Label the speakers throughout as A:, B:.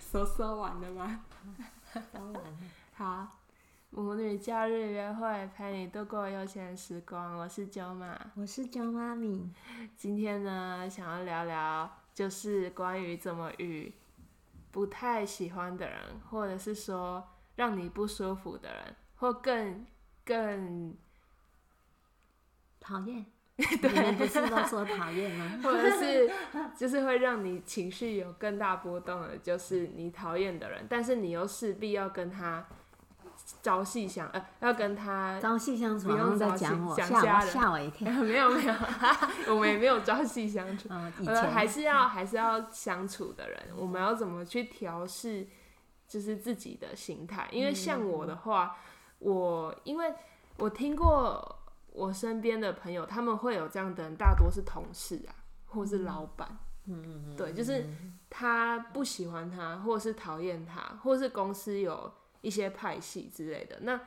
A: 说说完了吗？
B: 当然了，
A: 好，母女假日约会，陪你度过悠闲时光。我是九马，
B: 我是张妈咪。
A: 今天呢，想要聊聊就是关于怎么与不太喜欢的人，或者是说让你不舒服的人，或更更
B: 讨厌，你们不是都说讨厌 吗？
A: 或者是就是会让你情绪有更大波动的，就是你讨厌的人，但是你又势必要跟他朝夕相，呃，要跟他。
B: 朝夕相处，
A: 不
B: 好
A: 用
B: 像在
A: 朝夕
B: 讲我，
A: 讲
B: 吓
A: 家
B: 我
A: 人
B: 吓我 一跳。
A: 没有没有，我们也没有朝夕相处，
B: 嗯，以
A: 呃，还
B: 前
A: 是要还是要相处的人，我们要怎么去调试，就是自己的心态。因为像我的话，我因为我听过我身边的朋友，他们会有这样的人，大多是同事啊，或是老板。嗯嗯嗯，对，就是他不喜欢他，或是讨厌他，或是公司有一些派系之类的，那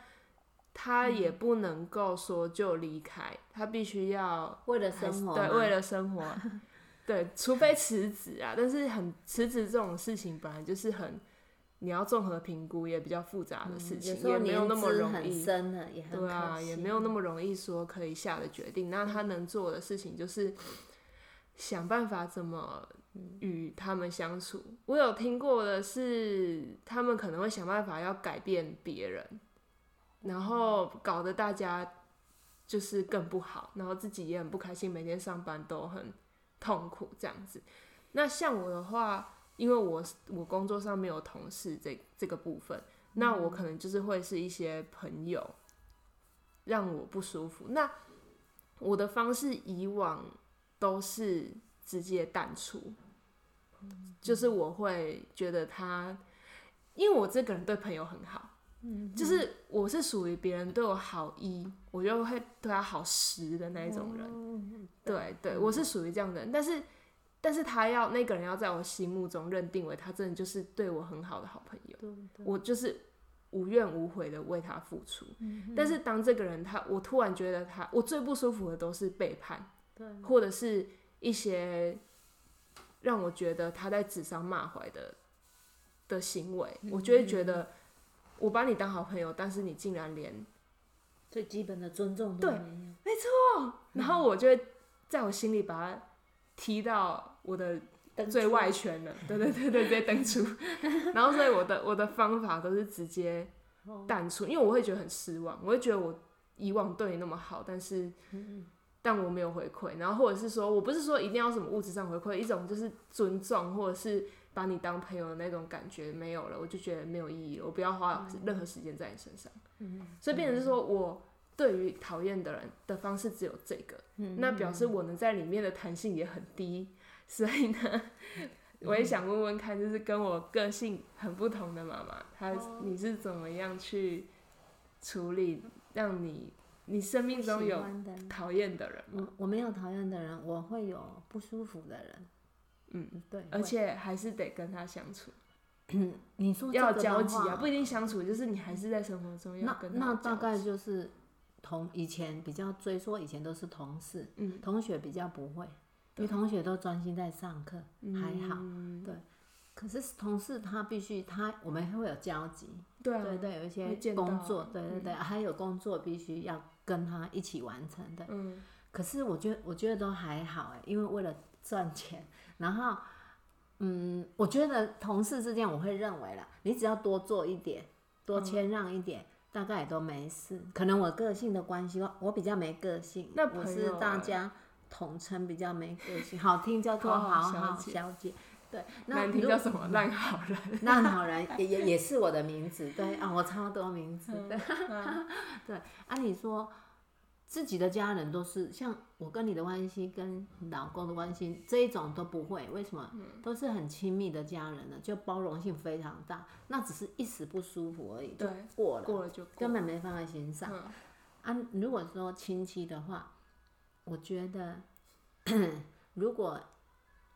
A: 他也不能够说就离开，他必须要
B: 为了
A: 还是
B: 生活嘛，
A: 对，为了生 活，对，除非辞职啊，但是很辞职这种事情本来就是很你要综合评估，也比较复杂的事
B: 嗯有
A: 情，
B: 时
A: 也
B: 候
A: 没有
B: 年
A: 那么
B: 资
A: 容
B: 很
A: 易，
B: 深了，也很
A: 对啊，
B: 可
A: 也
B: 惜嗯
A: 没有那么容易说可以下的决定。那他能做的事情就是想办法怎么与他们相处。我有听过的是，他们可能会想办法要改变别人，然后搞得大家就是更不好，然后自己也很不开心，每天上班都很痛苦这样子。那像我的话，因为我是我工作上没有同事这这个部分，那我可能就是会是一些朋友让我不舒服。那我的方式以往都是直接淡出，就是我会觉得他，因为我这个人对朋友很好，就是我是属于别人对我好一，我就会对他好十的那一种人。
B: 人，
A: 对对，我是属于这样的人，但是但是他要那个人要在我心目中认定为他真的就是对我很好的好朋友，我就是无怨无悔的为他付出。但是当这个人他，我突然觉得他，我最不舒服的都是背叛，或者是一些让我觉得他在指桑骂槐的的行为，我就会觉得我把你当好朋友，但是你竟然连
B: 最基本的尊重都
A: 对
B: 没有。
A: 然后我就会在我心里把它踢到我的
B: 登
A: 最
B: 出
A: 外圈了， 对对对对，直接登 出。然后所以我的我的方法都是直接
B: 哦
A: 淡出，因为我会觉得很失望，我会觉得我以往对你那么好，但是
B: 嗯
A: 但我没有回馈，然后或者是说我不是说一定要什么物质上回馈，一种就是尊重或者是把你当朋友的那种感觉没有了，我就觉得没有意义了，我不要花
B: 嗯
A: 任何时间在你身上。所以变成是说我对于讨厌的人的方式只有这个，
B: 嗯
A: 那表示我能在里面的弹性也很低，所以呢， 我也想问问看，就是跟我个性很不同的妈妈，她
B: 哦
A: 你是怎么样去处理让你你生命中
B: 喜
A: 有
B: 欢的人，
A: 讨厌的人吗？
B: 我我没有讨厌的人，我会有不舒服的人。嗯，对，
A: 而且还是得跟他相处，
B: 你说这
A: 要
B: 个的
A: 交集啊，
B: 话
A: 不一定相处，就是你还是在生活中要
B: 那
A: 跟他
B: 那
A: 有
B: 大
A: 交
B: 概
A: 集
B: 就是同以前比较追溯，以前都是同事，
A: 嗯，
B: 同学比较不会，因为同学都专心在上课，还好。
A: 嗯
B: 可是同事他必须他我们会有交集，
A: 对啊，
B: 对对，有一
A: 会
B: 些
A: 见到嗯
B: 工作，对对对，还有工作必须要跟他一起完成的。
A: 嗯
B: 可是我觉得我觉得都还好哎，因为为了赚钱，然后。嗯，我觉得同事之间，我会认为啦，你只要多做一点，多
A: 嗯
B: 谦让一点，大概也都没事。可能我个性的关系，我我比较没个性，
A: 那
B: 我
A: 朋
B: 是
A: 友
B: 大
A: 欸
B: 家统称比较没 个性，好听叫做
A: 好好
B: 好
A: 小
B: 好
A: 姐
B: 小姐，对，那
A: 难听
B: 如
A: 叫什么烂好人。
B: 那好人也也也是我的名字，对啊、我超多名字
A: 嗯
B: 的。对，啊，你说自己的家人都是像我跟你的关系，跟老公的关系这一种都不会，为什么？都是很亲密的家人了，就包容性非常大。那只是一时不舒服而已，就
A: 对
B: 过了，
A: 过了就过
B: 根本没放在心上。
A: 嗯
B: 啊，如果说亲戚的话，我觉得如果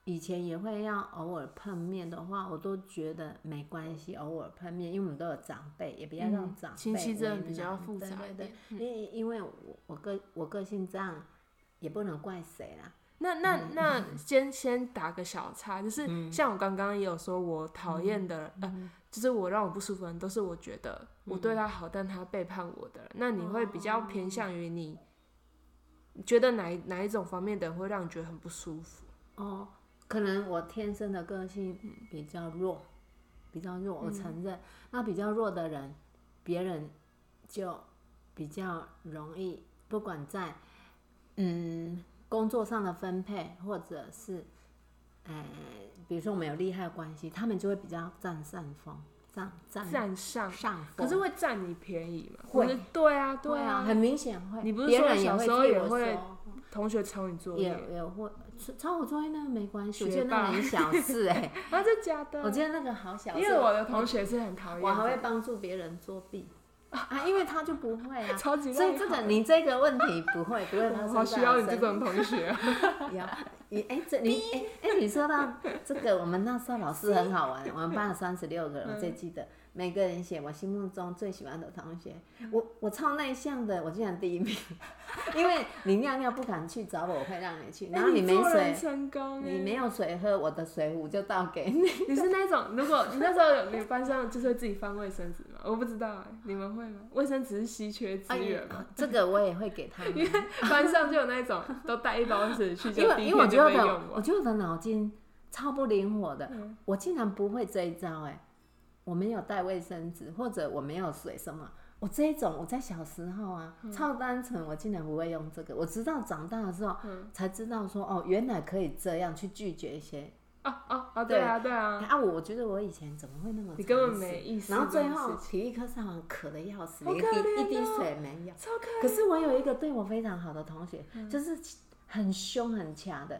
B: 以前也会要偶尔碰面的话，我都觉得没关系，偶尔碰面，因为我们都有长辈，也不要让
A: 嗯
B: 长辈、
A: 亲戚真的比较复杂
B: 对
A: 一
B: 对
A: 点嗯
B: 对，因为因为我我个我个性这样，也不能怪谁啦。
A: 那那
B: 嗯
A: 那先先打个小岔，就是像我刚刚也有说，我讨厌的人，
B: 嗯
A: 呃，就是我让我不舒服的人，都是我觉得我对他好，但他背叛我的人。那你会比较偏向于你觉得哪一哪一种方面的人会让你觉得很不舒服？
B: 哦，可能我天生的个性比较弱，比较弱，
A: 嗯
B: 我承认。那比较弱的人，别人就比较容易，不管在嗯工作上的分配，或者是呃，比如说我们有利害关系，他们就会比较占上风，占占
A: 占上，
B: 上风。
A: 可是会占你便宜嘛？
B: 会
A: 或者对啊，对
B: 对啊，
A: 啊，
B: 很明显会。
A: 你不是
B: 别
A: 说
B: 人也
A: 小
B: 会
A: 时候
B: 替
A: 也
B: 我
A: 会
B: 说
A: 同学抄你作
B: 也
A: 业，
B: 也会抄我作业那个没关系，我
A: 学
B: 觉得那
A: 霸
B: 很小事哎、
A: 啊，这假的
B: 我。记得那个好小事。
A: 因为我的同学是很讨厌
B: 我还
A: 这
B: 会
A: 种，
B: 帮助别人作弊啊，因为他就不会 啊。
A: 超级
B: 所以
A: 烂
B: 这
A: 好
B: 个你这个问题不会，不会发
A: 我
B: 生。
A: 好需要 你这。种同学啊。
B: 有，你哎，这你哎哎，你说到这个，我们那时候老师很好玩，我们班有三十六个人，我最记得，每个人写我心目中最喜欢的同学，
A: 嗯
B: 我我超内向的，我竟然第一名， 因为你尿尿不敢去找我，我会让你去，然后
A: 哎你
B: 没
A: 做人
B: 水，
A: 成功欸，
B: 你没有水喝，我的水壶就倒给你。
A: 你是那种，如果你那时候有你班上就是会自己放卫生纸吗？我不知道哎、你们会吗？卫生纸是稀缺资源嘛，
B: 啊这个我也会给他们。
A: 因为 班上就有那种都带一包卫生纸去，
B: 因
A: 就
B: 为
A: 第一
B: 因为我
A: 天就
B: 觉得我
A: 被
B: 的
A: 用
B: 我
A: 完。
B: 觉得我的脑筋超不灵活的，
A: 嗯
B: 我竟然不会这一招哎、我没有带卫生纸或者我没有水什么。我这一种，我在小时候啊，
A: 嗯
B: 超单纯，我竟然不会用这个。我直到长大的时候，
A: 嗯
B: 才知道说，哦，原来可以这样去拒绝一些。
A: 哦哦哦，对啊对啊，
B: 啊，我我觉得我以前怎么会那么
A: 你根本
B: 常识
A: 没意识
B: 然后
A: 这
B: 最
A: 件
B: 后
A: 事
B: 体育课上完渴的要死，
A: 好
B: 连一
A: 可
B: 滴一
A: 怜
B: 滴
A: 哦
B: 水没有。
A: 超可
B: 可是我有一个对我非常好的同学，
A: 嗯
B: 就是很凶很掐的，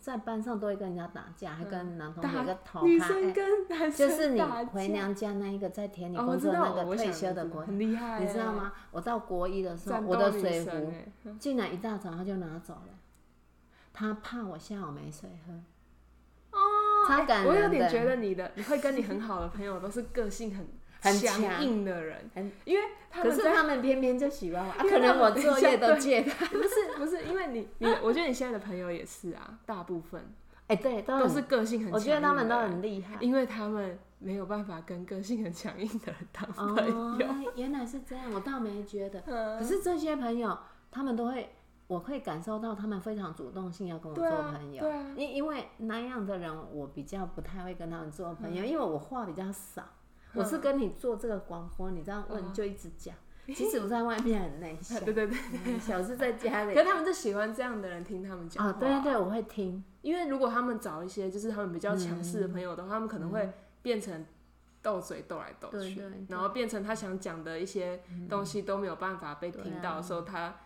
B: 在班上都会跟人家打架，还跟男同学一个
A: 嗯
B: 头
A: 女
B: 拍。
A: 生
B: 哎
A: 跟男
B: 就
A: 生
B: 是你
A: 打架
B: 回娘家那一个在田里
A: 哦，我
B: 工
A: 知
B: 作的那
A: 道，
B: 个
A: 我
B: 退
A: 想
B: 休的
A: 知道
B: 国，
A: 很厉害，
B: 你知道？吗？我到国一的时候，
A: 战
B: 我
A: 斗
B: 的
A: 女
B: 水
A: 神
B: 壶
A: 欸
B: 竟然一大早他就拿走了，他怕我下午没水喝。
A: 哦，
B: 超
A: 哎
B: 感
A: 我有
B: 人
A: 点
B: 的
A: 觉得你的你会跟你很好的朋友都是个性很
B: 很
A: 强
B: 强
A: 硬的人
B: 很，
A: 因为他
B: 可
A: 们
B: 是
A: 在
B: 他们偏偏就喜欢我，啊、
A: 因为
B: 可能
A: 他
B: 我
A: 们
B: 作业都
A: 对
B: 借 他。
A: 不是不是，因为你你，我觉得你现在的朋友也是啊，大部分
B: 哎、对，都
A: 都
B: 很
A: 是个性很强硬的人，
B: 嗯我觉得他们都很厉害。
A: 因为他们没有办法跟个性很强硬的人当朋友。
B: 哦，原来是这样，我倒没觉得。可
A: 嗯，
B: 是这些朋友，他们都会，我会感受到他们非常主动性要跟我
A: 对
B: 做
A: 啊
B: 朋友。
A: 对啊
B: 因因为那样的人，我比较不太会跟他们做朋
A: 嗯
B: 友，因为我话比较少。我是跟你做这个广播，你这样问就一直讲。其实我在外面很内向，
A: 嗯 对对对，
B: 很内向我是在家
A: 可
B: 里。
A: 是他们就喜欢这样的人听他们讲
B: 哦，
A: 话
B: 对对对，我会听。
A: 因为如果他们找一些就是他们比较强势的
B: 嗯
A: 朋友的话，他们可能会变成斗嘴斗来斗去，
B: 对对啊嗯对
A: 然后变成他想讲的一些东西都没有办法被听到的时候，他
B: 啊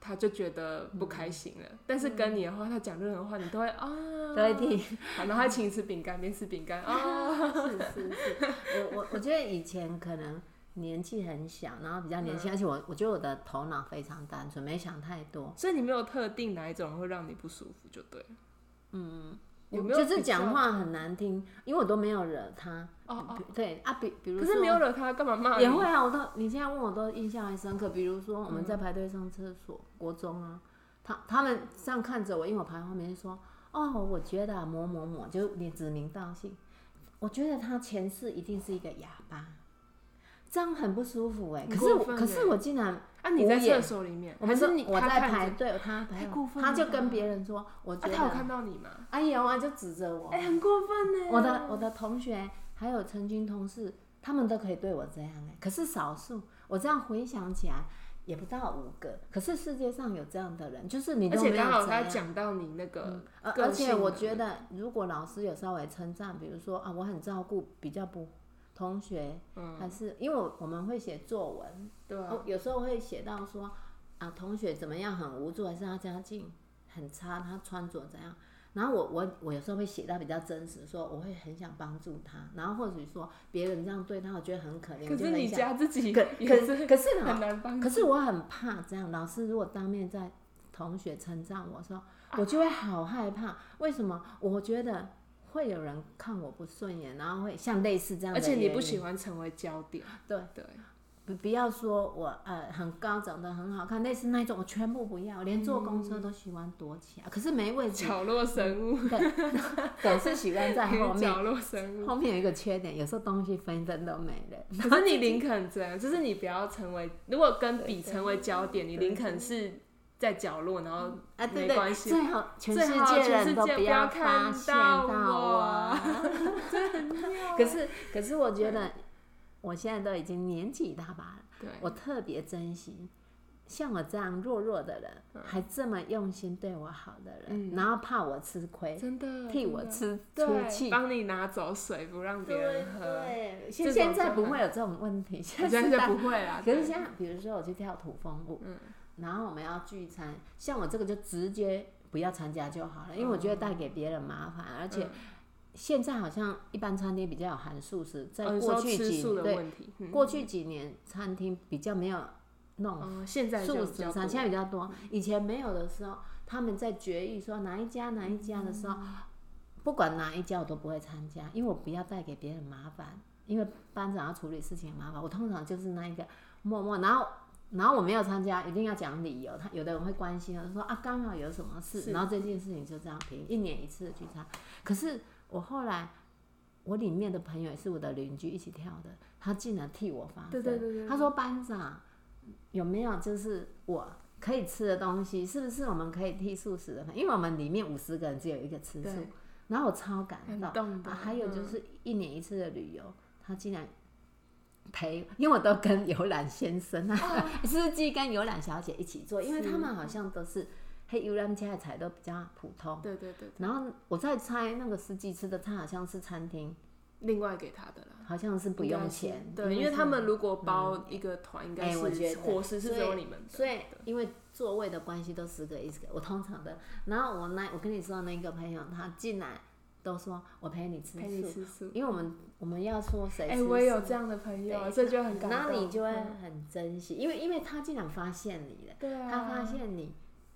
A: 他就觉得不开心了。
B: 嗯
A: 但是跟你的话，他讲任何话，你都会 啊，
B: 都会听，
A: 好然后他请你吃饼干，边吃饼干啊，
B: 是是是，我我我觉得以前可能年纪很小，然后比较
A: 嗯
B: 年轻，而且我我觉得我的头脑非常单纯，没想太多。
A: 所以你没有特定哪一种会让你不舒服，就对了。嗯，有没有
B: 就是
A: 比较
B: 讲？话很难听，因为我都没有惹他。
A: 哦哦，
B: 对啊，比比如
A: 可
B: 说
A: 是没有惹他，干嘛骂你？
B: 也会啊，我都你现在问我都印象还深刻。比如说我们
A: 嗯
B: 在排队上厕所，国中啊，他他们这样看着我，因为我排后面就说，哦，我觉得啊某某某，就你指名道姓，我觉得他前世一定是一个哑巴，这样很不舒服哎、
A: 很
B: 可是
A: 过
B: 我
A: 分
B: 可是
A: 欸
B: 我竟然
A: 啊，你在
B: 无
A: 厕
B: 言
A: 所里面，
B: 我们
A: 还
B: 是
A: 是你
B: 我
A: 他
B: 在
A: 看着
B: 排队，他排
A: 太过分
B: 哎他
A: 了
B: 就
A: 吧
B: 跟别人说，我觉
A: 啊，
B: 得
A: 他有看到你吗？
B: 哎有啊，就指着我
A: 哎、，很过分呢！
B: 我的我的同学还有曾经同事，他们都可以对我这样哎、可是少数。我这样回想起来，也不到五个。可可是世界上有这样的人，就是你
A: 而
B: 都
A: 且
B: 没有
A: 刚好
B: 这
A: 他
B: 样
A: 讲到你那个
B: 而而
A: 个
B: 且我
A: 得
B: 觉得，如果老师有稍微称赞，比如说啊，我很照顾比较不同学，还是因为我们会写作文，
A: 嗯对啊
B: 哦有时候会写到说啊，同学怎么样很无助，还是他家境很差，他穿着怎样。然后我我我有时候会写到比较真实，说我会很想帮助他，然后或许说别人这样对他，我觉得很可怜，
A: 可
B: 我就是很
A: 你
B: 想。
A: 家自己
B: 可
A: 也
B: 可
A: 是
B: 可是 呢
A: 很难帮，
B: 可是我很怕这样，老师如果当面在同学称赞我说，我就会好害怕。为什么？我觉得会有人看我不顺眼，然后会像类似这样的
A: 而
B: 言语，
A: 且你不喜欢成为焦点，
B: 对
A: 对，
B: 不不要说我呃很高长得很好看，类似那种我全部不要，连坐公车都喜欢躲起来，可是没位置，
A: 角落生物，
B: 总是喜欢在后面。
A: 角落生物。
B: 后面有一个缺点，有时候东西分分都没了。
A: 可是你林肯这样，就是你不要成为，如果跟比成为焦点，你林肯是在角落，然后
B: 啊，对
A: 没
B: 对，
A: 关系
B: 最好全
A: 最
B: 世
A: 好
B: 界
A: 全世
B: 人都
A: 界不要
B: 要
A: 看
B: 发现
A: 到
B: 我。
A: 可
B: 可是，可是我觉得我现在都已经年纪大把了，
A: 对，
B: 我特别珍惜像我这样弱弱的人，还这么用心对我好的人，
A: 嗯
B: 然后怕我吃亏，
A: 真的
B: 替我
A: 真的
B: 吃出气
A: 对，。帮你拿走水，不让别
B: 对
A: 人喝。
B: 对，现
A: 这
B: 现
A: 种
B: 在
A: 就
B: 不
A: 很
B: 会有这种 问题，现
A: 好像
B: 在
A: 就不会啦。
B: 可是
A: 对
B: 像比如说我去跳土风舞，
A: 嗯
B: 然后我们要聚餐，像我这个就直接不要参加就好了，因为我觉得
A: 哦
B: 带给别人麻烦，而
A: 嗯
B: 且现在好像一般餐厅比较有含素食，在
A: 哦你
B: 过
A: 说
B: 去
A: 吃
B: 几
A: 素的
B: 对
A: 问题，嗯
B: 过去几年餐厅比较没有弄
A: 哦，现在
B: 素
A: 就
B: 食
A: 比较
B: 餐，啊现在比较多，以前没有的时候，他们在决议说哪一家哪一家的时候，
A: 嗯
B: 不管哪一家我都不会参加，因为我不要带给别人麻烦，因为班长要处理事情很麻烦，我通常就是那一个默默，然后。然后我没有参加，一定要讲理由。他有的人会关心，他说啊，刚好有什么事，
A: 是
B: 然后这件事情就这样平，一年一次的聚餐。可是我后来，我里面的朋友也是我的邻居，一起跳的，他竟然替我发声。
A: 对对对对
B: 他说班长，有没有就是我可以吃的东西，是不是我们可以替素食的朋友？因为我们里面五十个人只有一个吃素
A: 对，
B: 然后我超感
A: 很
B: 动。
A: 动的嗯
B: 啊还有就是一年一次的旅游，他竟然。陪，因为我都跟游览先生啊、
A: 哦
B: 司机跟游览小姐一起坐，因为
A: 是
B: 他们好像都是黑游览车的菜都比较普通。
A: 对对对，
B: 然后我在猜，那个司机吃的菜好像是餐厅，
A: 另外给他的啦。
B: 好像是不
A: 应该
B: 用
A: 是
B: 钱。
A: 对，因为
B: 是
A: 他们如果包一个团，应该
B: 哎我觉
A: 是
B: 得
A: 伙食是只
B: 所
A: 有
B: 以
A: 你们的，
B: 所以因为座位的关系都十个一十个，我通常的。然后我那我跟你说那个朋友，他进来都说我陪你吃
A: 陪你
B: 素，
A: 吃素。
B: 因为我们我们要说谁吃
A: 哎，
B: 素，
A: 我也有这样的朋友，
B: 对
A: 这就很感动。
B: 然后你就会
A: 嗯
B: 很珍惜，因为因为他竟然发现你了，
A: 对啊，
B: 他发现你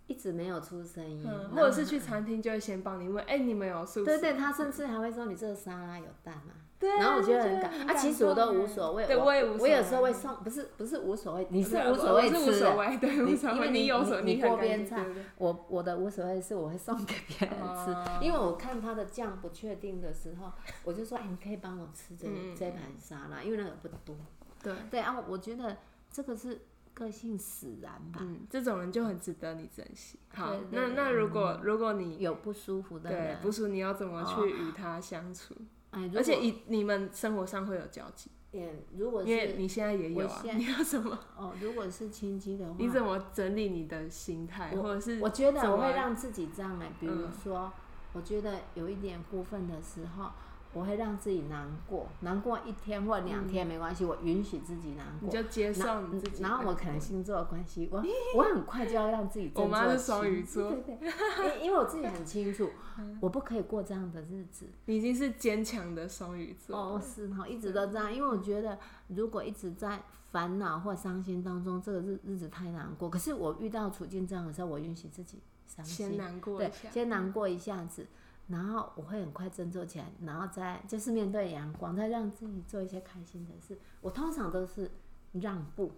B: 一直没有出声音，
A: 嗯，
B: 然后
A: 或者是去餐厅就会先帮你问，哎，你们有素食？
B: 对对，他甚至还会说你这个沙拉有蛋吗？
A: 对啊，
B: 然后我觉得
A: 就
B: 很感啊，其实
A: 动
B: 我
A: 哎
B: 都无所谓，
A: 对我也无所
B: 我
A: 谓，
B: 有时候会送，不是不是无所谓，你
A: 不
B: 是
A: 啊
B: 无所
A: 我
B: 谓
A: 是
B: 吃
A: 无所
B: 的，
A: 谓，对，无
B: 你
A: 所
B: 因为
A: 谓，
B: 你
A: 有
B: 你
A: 所
B: 你
A: 你很
B: 锅
A: 干
B: 边
A: 净
B: 菜
A: 对对
B: 我我的无所谓是我会送给别人吃，
A: 哦
B: 因为我看他的酱不确定的时候，我就说，哎，你可以帮我吃这、
A: 嗯嗯
B: 这盘沙拉，因为那个不多。
A: 对，
B: 对啊，我觉得这个是个性使然吧，
A: 嗯，这种人就很值得你珍惜。好
B: 对，
A: 那
B: 对
A: 那如果如果你
B: 有不舒服的
A: 对
B: 人，
A: 不是你要怎么去与他相处？
B: 哎，如
A: 而且
B: 果
A: 以你们生活上会有交集，
B: 也如果
A: 因为
B: 是
A: 你现在也有啊
B: 我，现
A: 你要怎 么？
B: 哦，如果是亲戚的话，
A: 你怎么整理你的心态，或者是
B: 我觉
A: 怎
B: 得
A: 么啊
B: 我会让自己这样哎、比如
A: 嗯
B: 说，我觉得有一点过分的时候，我会让自己难过，难过一天或两
A: 嗯
B: 天、没关系，我允许自己难
A: 你
B: 过。
A: 就接受
B: 然
A: 你自己？
B: 然后我可能星座的关系， 我我很快就要让自己振作
A: 我
B: 起来。
A: 妈是双鱼座嗯
B: 对对对，因因为我自己很 清楚，我不可以过这样的日子。
A: 你已经是坚强的双鱼座，
B: 哦，是哈，一直都这样，因为我觉得如果一直在烦恼或伤心当中，这个日日子太难过。可是我遇到处境这样的时候，我允许自己伤
A: 先
B: 心，
A: 难过
B: 对
A: 一下，，嗯
B: 先难过一下子，然后我会很快振作起来，然后再就是面对阳光，再让自己做一些开心的事。我通常都是让步，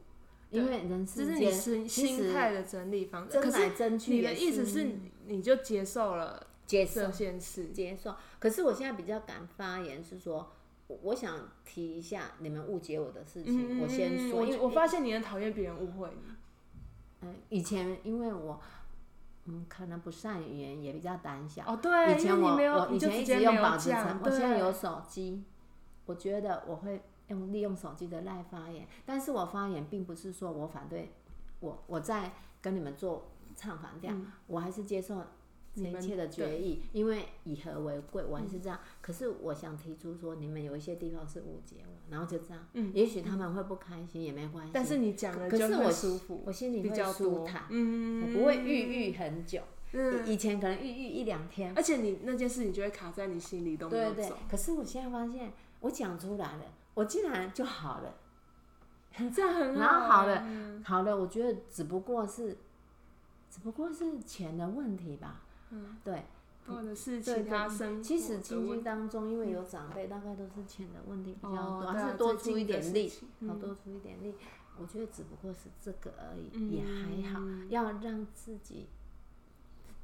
B: 因为人
A: 这
B: 世
A: 是你
B: 间
A: 心
B: 其实
A: 心态的整理方式。可
B: 争
A: 是
B: 来争
A: 你
B: 去
A: 的
B: 也，
A: 意思是，你就接受了
B: 接受
A: 这件事，
B: 接受。可是我现在比较敢发言是说。我我想提一下你们误解我的事情，我先说，因为
A: 嗯我我发现你很讨厌别人误会你，
B: 嗯，以前因为我，嗯，可能不善语言，也比较胆小。
A: 哦，对，
B: 以前
A: 因为
B: 我
A: 你没有，
B: 我
A: 你
B: 以
A: 就
B: 前
A: 直
B: 一
A: 接
B: 直
A: 没
B: 用
A: 有
B: 保持沉
A: 讲，
B: 默，
A: 对
B: 现在有手机，我觉得我会用利用手机的赖发言，但是我发言并不是说我反对，我我在跟你们做唱反调，我还是接受。这
A: 嗯你
B: 一
A: 们嗯
B: 切的决议，因为以和为贵，我还是这样。可是我想提出说，你们有一些地方是误解我，然后就这样。
A: 嗯
B: 也许他们会不开心，也没关系。
A: 但是你讲了
B: 可
A: 就是会
B: 我
A: 舒服，
B: 我心里
A: 比
B: 会
A: 较
B: 舒
A: 多
B: 坦，，
A: 嗯，
B: 我不会郁郁很久。
A: 嗯，
B: 以以前可能郁郁一两天，
A: 而且你那件事你就会卡在你心里都没
B: 对
A: 有
B: 对
A: 走，。
B: 可是我现在发现，我讲出来了，我竟然就好 了，
A: 这样很好，欸
B: 然后好嗯哎了，好了。我觉得只不过是，只不过是钱的问题吧。嗯，对。
A: 或者是
B: 对
A: 其他
B: 对
A: 生活
B: 其实
A: 的
B: 亲
A: 问
B: 戚
A: 题
B: 当中，因为有长辈，大概都是钱的问题比较
A: 哦
B: 多，
A: 对啊
B: 还是多
A: 最
B: 出一
A: 近的
B: 点
A: 事
B: 力
A: 情，
B: 好
A: 嗯
B: 多出一点力。我觉得只不过是这个而已，
A: 嗯
B: 也还好，要让自己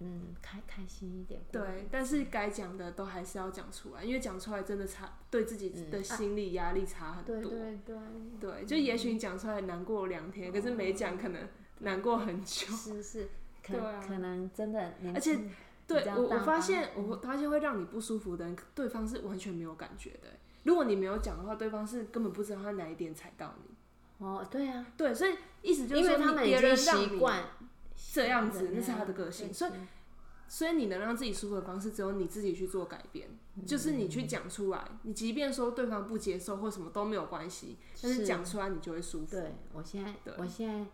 B: 嗯开开心一点。
A: 对，但是该讲的都还是要讲出来，因为讲出来真的差，对自己的心理压力差很多。
B: 嗯啊对嗯对对，
A: 对就也许你讲出来难过两天，可是没讲
B: 哦
A: 可能难过很久。
B: 是是，可、
A: 对啊
B: 可能真的年纪，
A: 而且对
B: 比较嗯
A: 我，我
B: 大
A: 发
B: 方
A: 现我发现会让你不舒服的人，对方是完全没有感觉的。欸如果你没有讲的话，对方是根本不知道他哪一点踩到你。
B: 哦，对啊，
A: 对，所以意思就是
B: 因为
A: 说，
B: 他
A: 你
B: 们已
A: 别
B: 经
A: 人让
B: 习
A: 你
B: 惯
A: 这样子
B: 习惯
A: 那是他
B: 样
A: 的个性
B: 对
A: 所以
B: 对
A: 所以你能让自己舒服的方式，只有你自己去做改变，就是你
B: 嗯
A: 去讲出来。你即便说对方不接受或什么都没有关系，但是
B: 是
A: 讲出来你就会舒服。
B: 对我现在
A: 对
B: 我现在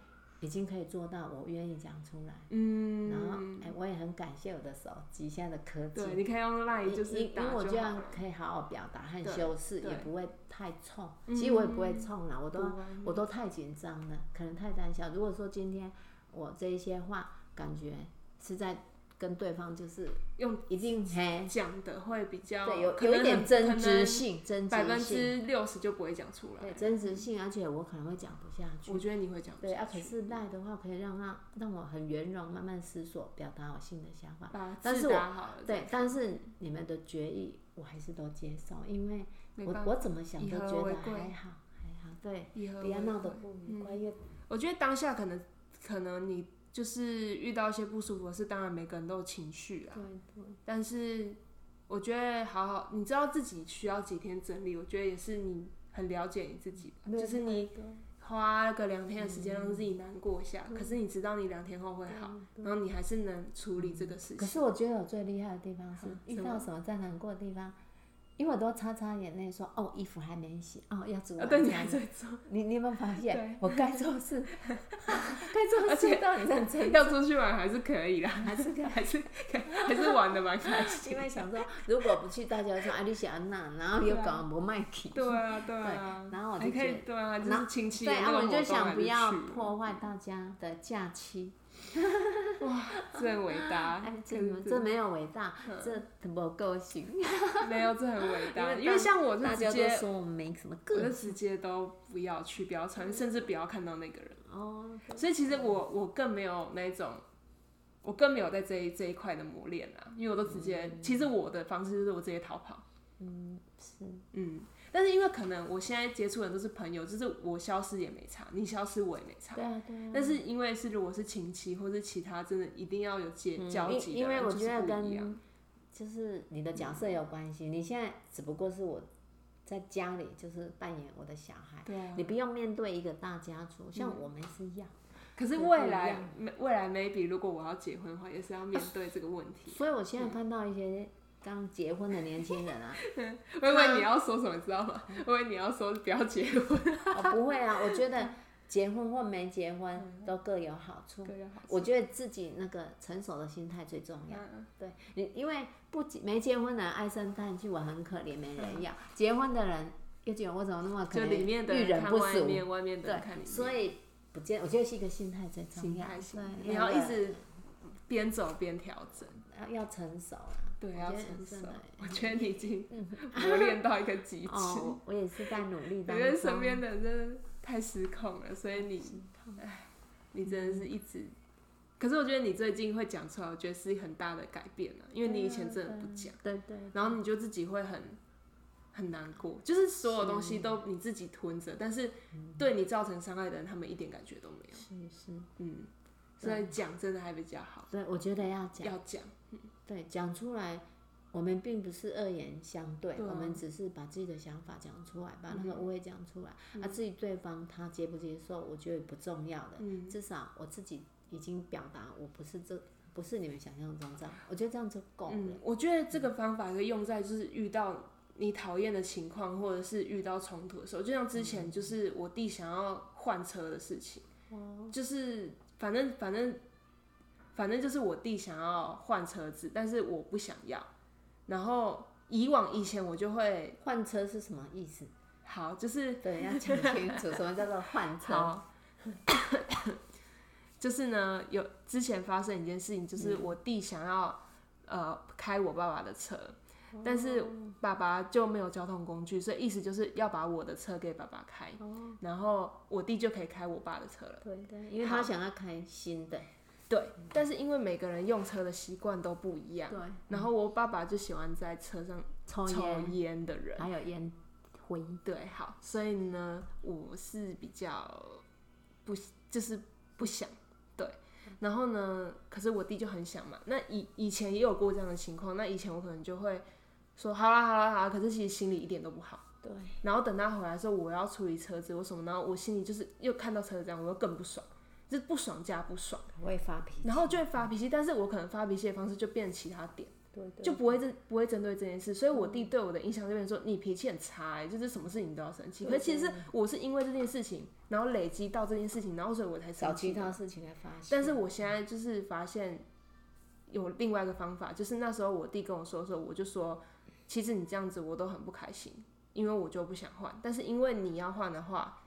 B: 已经可以做到，我愿意讲出来。然后
A: 嗯，，
B: 哎、我也很感谢我的手机现在的科技，
A: 对，你可以用 line
B: 因
A: 就是
B: 因因
A: 打
B: 为我这
A: 就好
B: 样
A: 了。
B: 可以好好表达和
A: 对
B: 修饰，
A: 对嗯
B: 也不会太冲。其实我也不会冲啦，我都
A: 不会
B: 我都太紧张了，可能太胆小。如果说今天我这一些话感觉是在跟对方就是
A: 用
B: 一定嘿，
A: 讲的会比较
B: 哎对，有
A: 可
B: 有
A: 能
B: 一点
A: 很
B: 争执，性，
A: 可能
B: 争
A: 百
B: 执
A: 分
B: 性，
A: 之六十就不会讲出来
B: 对。争执性，而且我可能会讲不下去。
A: 我觉得你会讲不
B: 对啊，
A: 下
B: 可
A: 去
B: 是赖的话可以让让让我很圆融，慢慢思索，表达我心里的想法。
A: 把
B: 但
A: 字
B: 是我
A: 打好了，
B: 对，但是你们的决议我还是都接受，因为
A: 没
B: 我
A: 办法
B: 我怎么想
A: 以
B: 都
A: 和
B: 觉
A: 为
B: 得
A: 贵
B: 还好，还好，对，
A: 以和
B: 不要
A: 为
B: 闹得
A: 贵嗯
B: 不愉快，因为
A: 我觉得当下可能可能你就是遇到一些不舒服的事，当然每个人都有情绪啊。
B: 对对，
A: 但是我觉得好好，你知道自己需要几天整理，我觉得也是你很了解你自己吧，
B: 没有
A: 就是你
B: 太多
A: 花个两天的时
B: 嗯
A: 间让自己难过一下，可是你知道你两天后会好，然后你还是能处理这个事
B: 可
A: 情。
B: 是我觉得我最厉害的地方是
A: 嗯
B: 遇
A: 什
B: 到
A: 么
B: 啊什么再难过的地方，因为我都擦擦眼泪说哦，衣服还没洗，哦，要煮
A: 啊，
B: 晚
A: 对，你
B: 餐
A: 还
B: 了。
A: 在做，
B: 你你有没有发现
A: 对
B: 我该做事， 该做
A: 而且
B: 事到你认真，
A: 要出去玩还是可以啦，
B: 还是该。
A: 还是还是玩的蛮开心。
B: 因为想说，如果不去，大家会说啊，你是安娜，然后又
A: 对啊
B: 讲不卖 去。
A: 对啊，对啊，
B: 然后我就
A: 还可
B: 觉
A: 以
B: 得
A: 对啊，就
B: 然后
A: 是亲戚有
B: 对，
A: 那
B: 啊，
A: 个
B: 我
A: 活动
B: 就想
A: 还
B: 不
A: 是
B: 要
A: 去
B: 破坏大家的假期。
A: 哇， 这很伟大，
B: 哎，这
A: 真的
B: 这没有伟大，这不够行。
A: 没有，这很伟大。
B: 因为
A: 因为
B: 大
A: 像我就
B: 大
A: 直
B: 家都
A: 接，
B: 说我们没什么
A: 我
B: 个
A: 就
B: 性
A: 直接都不要去，不要穿，甚至不要看到那个人。
B: 哦，
A: 所以其实我我更没有那种，我更没有在这一这一块的磨练啊，因为我都直接，其实我的方式就是我直接逃跑。
B: 嗯，是
A: 嗯，但是因为可能我现在接触的都是朋友，就是我消失也没差，你消失我也没差。
B: 对啊，对啊。
A: 但是因为是如果是亲戚或是其他，真的一定要有接
B: 嗯
A: 交
B: 因
A: 集的
B: 因为
A: 人
B: 我
A: 就
B: 觉
A: 是
B: 得
A: 不一样
B: 跟就是你的角色有关系。你现在只不过是我在家里就是扮演我的小孩，
A: 对啊，嗯
B: 你不用面对一个大家族，像我们是一样。
A: 可是
B: 不一
A: 未来
B: 样，
A: 没未来 maybe 如果我要结婚的话，也是要面对这个问题。
B: 所以我现在看到一些刚结婚的年轻人啊，
A: 我以为你要说什么，知道吗？我以为你要说不要结婚，
B: 我不会啊，我觉得结婚或没结婚
A: 嗯
B: 都各有好处。
A: 对，好
B: 我觉得自己那个成熟的心态最重要。
A: 嗯
B: 对你，因为不结没结婚的人唉声叹气，我很可怜，没人要；结婚的人又觉得我怎么那么可
A: 就
B: 怜，
A: 里面的
B: 遇人
A: 看
B: 不
A: 外
B: 淑。
A: 面，外面的人看里
B: 对，
A: 面，
B: 所以不见，我觉得是一个心态最重
A: 心
B: 要。
A: 态心态
B: 对，
A: 你要
B: 个
A: 一直边走边调整，
B: 要要成熟啊，
A: 对，
B: 我
A: 要
B: 觉得
A: 成
B: 真
A: 熟
B: 的。
A: 我觉得你已经磨练到一个极致，
B: 嗯 哦，
A: 我
B: 我我也是在努 力当
A: 觉得身
B: 中。
A: 边的人真的太失控了，所以你，哎，你真的是一
B: 嗯
A: 直。可是我觉得你最近会讲出来，我觉得是很大的改变啊了、因为你以前真的不讲。
B: 对对，
A: 然后你就自己会很很难过，就是所有东西都你自己吞着，但是
B: 嗯
A: 对你造成伤害的人，他们一点感觉都没有。
B: 是是，
A: 嗯，所以讲真的还比较好，
B: 对，我觉得要讲，
A: 要讲，
B: 对，讲出来，我们并不是恶言相对，
A: 对啊嗯
B: 我们只是把自己的想法讲出来，把那个误会讲出来。啊，至于对方他接不接受，我觉得不重要的，
A: 嗯
B: 至少我自己已经表达，我不是这，不是你们想象中这样，我觉得这样就够了。
A: 嗯，我觉得这个方法可以用在就是遇到。你讨厌的情况，或者是遇到冲突的时候，就像之前
B: 嗯
A: 就是我弟想要换车的事情，
B: 哦
A: 就是反正反正反正就是我弟想要换车子，但是我不想要。然后以往以前我就会
B: 换车是什么意思？
A: 好，就是
B: 对，要讲清楚，什么叫做 换车？
A: 好， 就是呢，有
B: 嗯
A: 之前发生一件事情，就是我弟想要、呃开我爸爸的车，
B: 哦
A: 但是爸爸就没有交通工具，所以意思就是要把我的车给爸爸开，
B: 哦，
A: 然后我弟就可以开我爸的车了。
B: 对对，因为他想要开新的，
A: 对，但是因为每个人用车的习惯都不一样，
B: 对，
A: 然后我爸爸就喜欢在车上
B: 抽
A: 抽
B: 烟
A: 烟的人。
B: 还有烟灰，
A: 对，好，所以呢，我是比较不喜就是不想对，然后呢，可是我弟就很想嘛。那以以前也有过这样的情况，那以前我可能就会说好啦好啦好啦，可是其实心里一点都不好。
B: 对，
A: 然后等他回来的时候，我要处理车子，我什么，然后我心里就是又看到车子这样，我又更不爽，就是不爽加不爽，
B: 会发脾气，
A: 然后就会发脾气。但是我可能发脾气的方式就变其他点。
B: 对对，嗯
A: 就不会针不会针对这件事，所以我弟对我的印象就变成说你脾气很差、欸，就是什么事情都要生气。可
B: 对
A: 是其实是我是因为这件事情，然后累积到这件事情，然后所以我才
B: 找
A: 生
B: 其
A: 气。
B: 他事情来发泄，
A: 但是我现在就是发现有另外一个方法，就是那时候我弟跟我说的时候，我就说其实你这样子我都很不开心，因为我就不想换。但是因为你要换的话，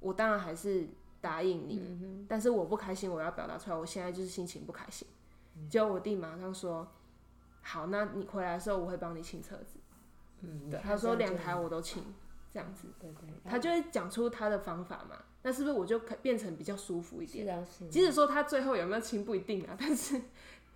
A: 我当然还是答应你，
B: 嗯哼，
A: 但是我不开心，我要表达出来，我现在就是心情不开心。
B: 嗯
A: 结果我弟马上说：“好，那你回来的时候我会帮你清车子。
B: 嗯，”
A: 对，
B: 你看
A: 他说
B: 这样嗯
A: 两
B: 就
A: 台我都清，这样子，
B: 对对，
A: 他就会讲出他的方法嘛。那是不是我就可变成比较舒服一点？
B: 是啊是啊，
A: 即使说他最后有没有清不一定啊， 但是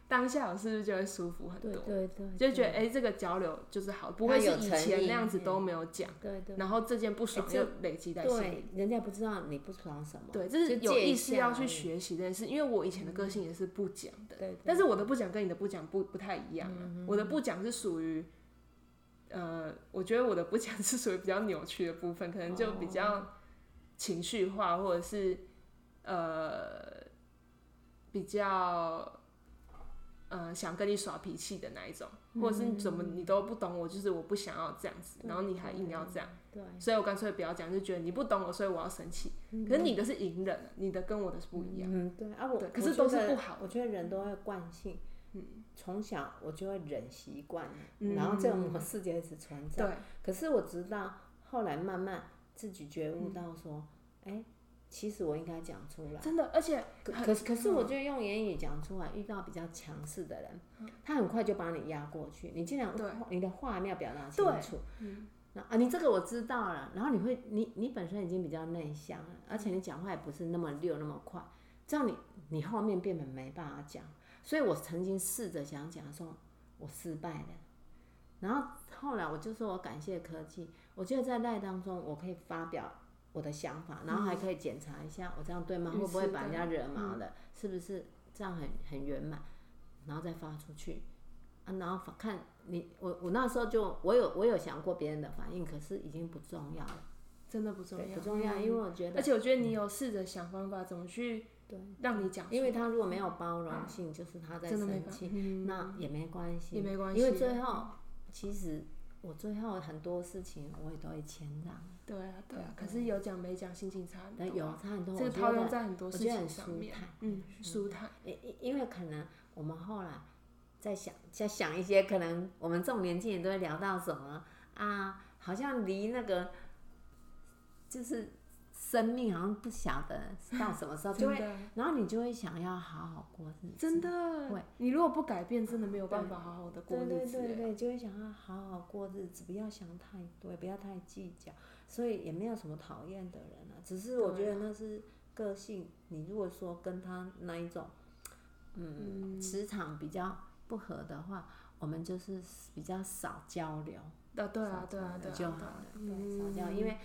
A: 当下我是不是就会舒服很
B: 对
A: 多？
B: 对对，
A: 就觉得
B: 得
A: 哎、诶这个交流就是好，不会
B: 他
A: 是
B: 有
A: 以
B: 诚
A: 前
B: 意
A: 那样子都没有讲，
B: 对对
A: 然后这件不爽
B: 诶这
A: 又累积在心里。
B: 对，人家不知道你不爽什么，
A: 对，这是
B: 就
A: 有
B: 借
A: 意
B: 一
A: 识
B: 下
A: 要
B: 而
A: 去
B: 已嗯
A: 学习这件事，因为我以前的个性也是不讲的，
B: 对，
A: 但是我的不讲跟你的不讲不不太一样、啊，
B: 嗯
A: 我的不讲是属于，呃，我觉得我的不讲是属于比较扭曲的部分，可能就比
B: 哦
A: 较情绪化，或者是呃比较。呃，想跟你耍脾气的那一种，或者是你怎么你都不懂我，就是我不想要这样子，然后你还硬要这样，
B: 嗯对，
A: 所以我干脆不要讲，就觉得你不懂我，所以我要生气。可是你的是隐忍啊，你的跟我的是不一样。
B: 嗯对啊我，
A: 对
B: 我
A: 可是
B: 觉
A: 都是
B: 得
A: 不好的
B: 我觉得人都会惯性，嗯，从小我就会忍习惯了，
A: 嗯
B: 然后这种模式就一直存在。
A: 对，
B: 可是我直到后来慢慢自己觉
A: 嗯
B: 悟到说，哎、其实我应该讲出来。
A: 真的，而且
B: 可
A: 很
B: 可是可是，我觉得用言语讲出来，遇到比较强势的人，他很快就把你压过去。你竟然
A: 对
B: 你的话没有表达清
A: 对
B: 楚，那啊，你这个我知道了。然后你会，你你本身已经比较内向了，而且你讲话也不是那么溜那么快，这样你你后面变得没办法讲。所以我曾经试着想讲说，我失败了。然后后来我就说我感谢科技，我觉得在赖当中我可以发表我的想法，然后还可以检查一下我这样对吗？
A: 嗯
B: 会不会
A: 是
B: 把人
A: 的
B: 家惹毛了？是不是这样很很圆满？然后再发出去啊，然后看你我我那时候就我有我有想过别人的反应，可是已经不重要了，
A: 真的不重
B: 对
A: 要，嗯
B: 不重要，因为我觉
A: 而
B: 得嗯
A: 且我觉得你有试着想方法怎么去
B: 对，
A: 让你讲出来，嗯
B: 因为他如果没有包容性，就是他在
A: 真的没
B: 生
A: 办法嗯
B: 气，，那也没关系，
A: 也没关系
B: 因为最后其实我最后很多事情我也都会谦让，
A: 对啊对啊。可是有讲没讲，心情差很
B: 但
A: 多
B: 有
A: 啊。
B: 差很多，
A: 这
B: 我
A: 个
B: 觉
A: 套
B: 得
A: 用在很多
B: 我
A: 事
B: 觉得很
A: 情
B: 舒
A: 上面，
B: 坦，
A: 嗯，舒坦，
B: 因因因为可能我们后来在想在想一些，可能我们这种年纪人都会聊到什么啊，好像离那个就是生命好像不晓得到什么时候就
A: 真
B: 会，
A: 的
B: 然后你就会想要好好过日子，
A: 真
B: 会
A: 的，你如果不改变，真的没有办法好好的过
B: 对
A: 日
B: 对
A: 子
B: 对
A: 欸。
B: 对，就会想要好好过日子，不要想太多，也不要太计较，所以也没有什么讨厌的人啊。只是我觉
A: 对
B: 得那是个性，你如果说跟他那一种，嗯，磁场比较不合的话，我们就是比较少交流，
A: 啊，对
B: 少
A: 啊，对
B: 交
A: 啊，对啊，
B: 流就
A: 对
B: 好了嗯
A: 啊，，
B: 对，少交流，因为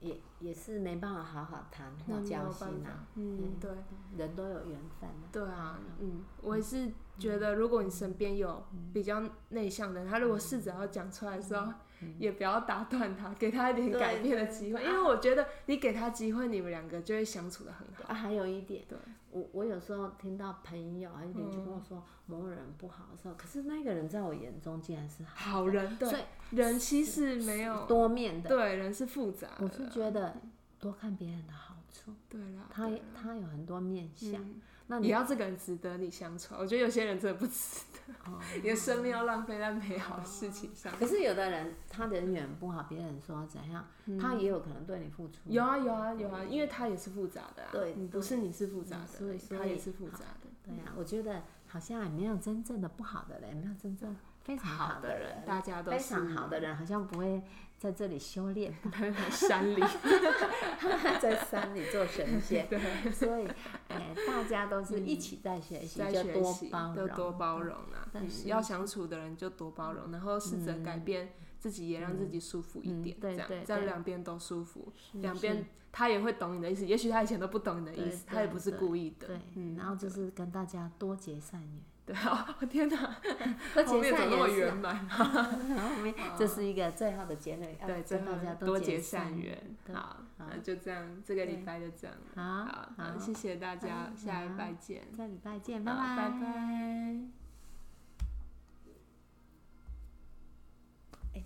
B: 也也是没办法好好谈
A: 那
B: 或
A: 没有
B: 交
A: 办
B: 心
A: 法
B: 啊，，
A: 嗯，
B: 嗯
A: 对。
B: 人都有缘分啊。
A: 对啊，嗯，我也是觉得，如果你身边有
B: 嗯
A: 比较内向的人，他如果试着要讲出来的时候，也不要打断他，给他一点
B: 嗯对啊
A: 改变的机会，因为我觉得你给他机会，你们两个就会相处的很好。
B: 啊，还有一点，
A: 对嗯
B: 我我有时候听到朋友还啊有邻居跟我说某人不好的时候，可是那个人在我眼中竟然是好
A: 好人，
B: 所
A: 对
B: 以
A: 人其实没有，
B: 多面的。
A: 对人是复杂的，
B: 我是觉得多看别人的好处，
A: 对啦，
B: 他
A: 对啦
B: 他有很多面相。
A: 嗯
B: 那
A: 也
B: 你
A: 要这个人值得你相处啊。我觉得有些人真的不值
B: 哦
A: 得， 你的生命要浪费在美好的事情上。
B: 可是有的人他人缘不好，别人说怎样，他也有可能对你付出。
A: 嗯有啊有啊有啊，因为他也是复杂的啊，
B: 嗯对
A: 你不是你是复杂的
B: 所以
A: 而已，
B: 所
A: 他也
B: 以
A: 是复杂的。
B: 对呀、我觉得好像也没有真正的不好的人，也没有真正非常好的人，
A: 大家都
B: 非
A: 是
B: 常好的人，好像不会在这里修炼，
A: 山 里，
B: 在山里做神 仙，
A: 对，
B: 所以，哎，大家都是一起在学
A: 嗯
B: 习，
A: 在
B: 就
A: 学
B: 多
A: 习
B: 包
A: 都
B: 容，
A: 多包容啊，
B: 但
A: 嗯
B: 是嗯
A: 要相处的人就多包容，然后试着改变自己，也让自己舒服一点这
B: 嗯，对
A: 样
B: 对
A: 这样
B: 对
A: 两边都舒服，
B: 是
A: 两
B: 是
A: 边他也会懂你的意思，也许他以前都不懂你的意
B: 对
A: 思，
B: 对
A: 他也不是
B: 对
A: 故意的，
B: 对，
A: 嗯，
B: 然后就是跟大家多结善缘，
A: 对，哦，天哪，
B: 多
A: 后
B: 结
A: 面怎
B: 善
A: 么那么
B: 缘
A: 圆
B: 是，
A: 满？
B: 然后后面这是一 个最好的结论，要啊
A: 对，最
B: 跟
A: 后
B: 大家
A: 多
B: 结
A: 结
B: 善
A: 善。缘，
B: 对
A: 好，
B: 好
A: 那就这样，这个礼
B: 对
A: 拜就这样了，
B: 好，
A: 好，好，谢谢大家，
B: 嗯
A: 下礼
B: 好
A: 拜见，
B: 下礼拜见，
A: 好拜
B: 拜
A: 拜。